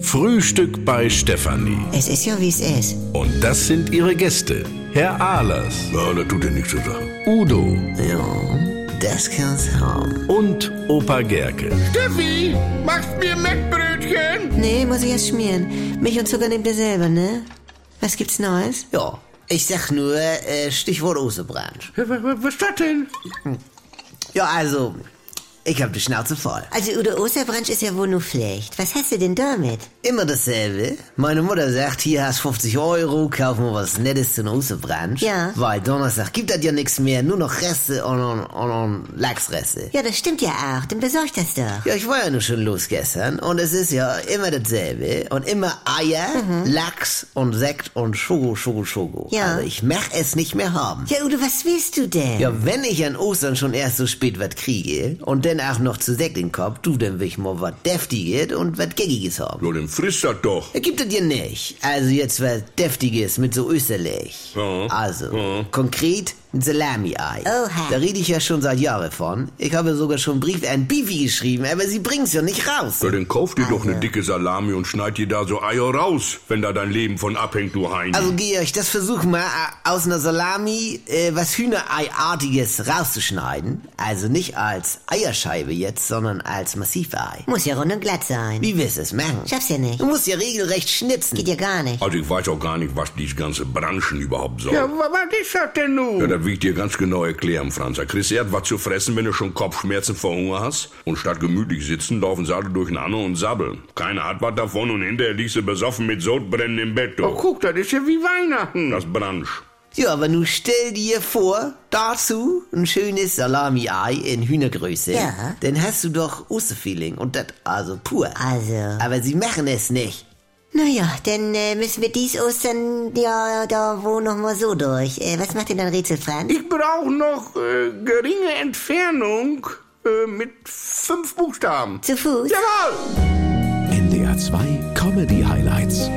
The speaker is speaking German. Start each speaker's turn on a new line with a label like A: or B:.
A: Frühstück bei Stefanie.
B: Es ist ja, wie es ist.
A: Und das sind ihre Gäste. Herr Ahlers,
C: Ja, das tut dir nichts zu sagen.
A: Udo
B: Ja, das kann's haben.
A: und Opa Gerke.
D: Steffi, machst mir Mettbrötchen?
B: Nee, muss ich erst schmieren. Milch und Zucker nehmt ihr selber, ne? Was gibt's Neues?
E: Ja, ich sag nur, äh, Stichwort Osebranche.
D: Was ist das denn?
E: Ja, also, ich hab die Schnauze voll.
B: Also, Udo Osterbranch ist ja wohl nur Pflicht. Was hast du denn damit?
E: Immer dasselbe. Meine Mutter sagt, hier hast 50 Euro, kauf mal was Nettes zu Osebranche.
B: Ja.
E: Weil Donnerstag gibt das ja nichts mehr, nur noch Reste und, und, und, und Lachsreste.
B: Ja, das stimmt ja auch. Dann besorg das doch.
E: Ja, ich war ja nur schon los gestern und es ist ja immer dasselbe und immer Eier, Lachs und Sekt und Schoko, Schoko, Schoko.
B: Mhm. Ja.
E: Also ich mach es nicht mehr haben.
B: Ja, Udo, was willst du denn?
E: Ja, wenn ich an Ostern schon erst so spät was kriege und dann auch noch zu Sekt in den Kopf, du, dann will ich mal was Deftiges und was Geckiges haben.
C: Ja, dann frisst das doch.
E: Er gibt es dir nicht. Also jetzt was Deftiges mit so österlich.
C: Ja.
E: Also, konkret ein Salami-Ei.
B: Oha.
E: Da rede ich ja schon seit Jahren von. Ich habe sogar schon einen Brief an Bifi geschrieben, aber sie bringt's ja nicht raus.
C: Ja, dann kauf dir
D: Ah,
C: doch eine dicke Salami und schneid dir da so Eier raus, wenn da dein Leben von abhängt, du Heini.
E: Also Georg, das versuch mal äh, aus einer Salami äh, was Hühnerei-artiges rauszuschneiden. Also nicht als Eierscheibe jetzt, sondern als Massivei.
B: Muss ja rund und glatt sein.
E: Wie willst du es machen?
B: Schaff's ja nicht.
E: Du musst ja regelrecht schnitzen.
B: Geht ja gar nicht.
C: Also ich weiß auch gar nicht, was dieses ganze Branchen überhaupt soll.
D: Ja,
C: Ja.
D: wa- was ist das denn nun?
C: das will ich dir ganz genau erklären, Franz. Da kriegst du erst was zu fressen, wenn du schon Kopfschmerzen vor Hunger hast. Und statt gemütlich sitzen, laufen sie alle durcheinander und sabbeln. Keiner hat was davon und hinterher liegst du besoffen mit Sodbrennen im Bett,
D: Oh,
C: du.
D: guck, das ist ja wie Weihnachten.
C: Das Branch.
E: Ja, aber nun stell dir vor, dazu ein schönes Salami-Ei in Hühnergröße.
B: Ja.
E: Dann hast du doch Osterfeeling und das also pur.
B: Also.
E: Aber sie machen es nicht.
B: Naja, dann äh, müssen wir dies Ostern ja da wo noch mal so durch. Äh, was macht denn dein Rätsel, Franz?
D: Ich brauche noch äh, geringe Entfernung äh, mit fünf Buchstaben.
B: Zu Fuß?
D: Jawohl!
F: NDR 2 Comedy Highlights.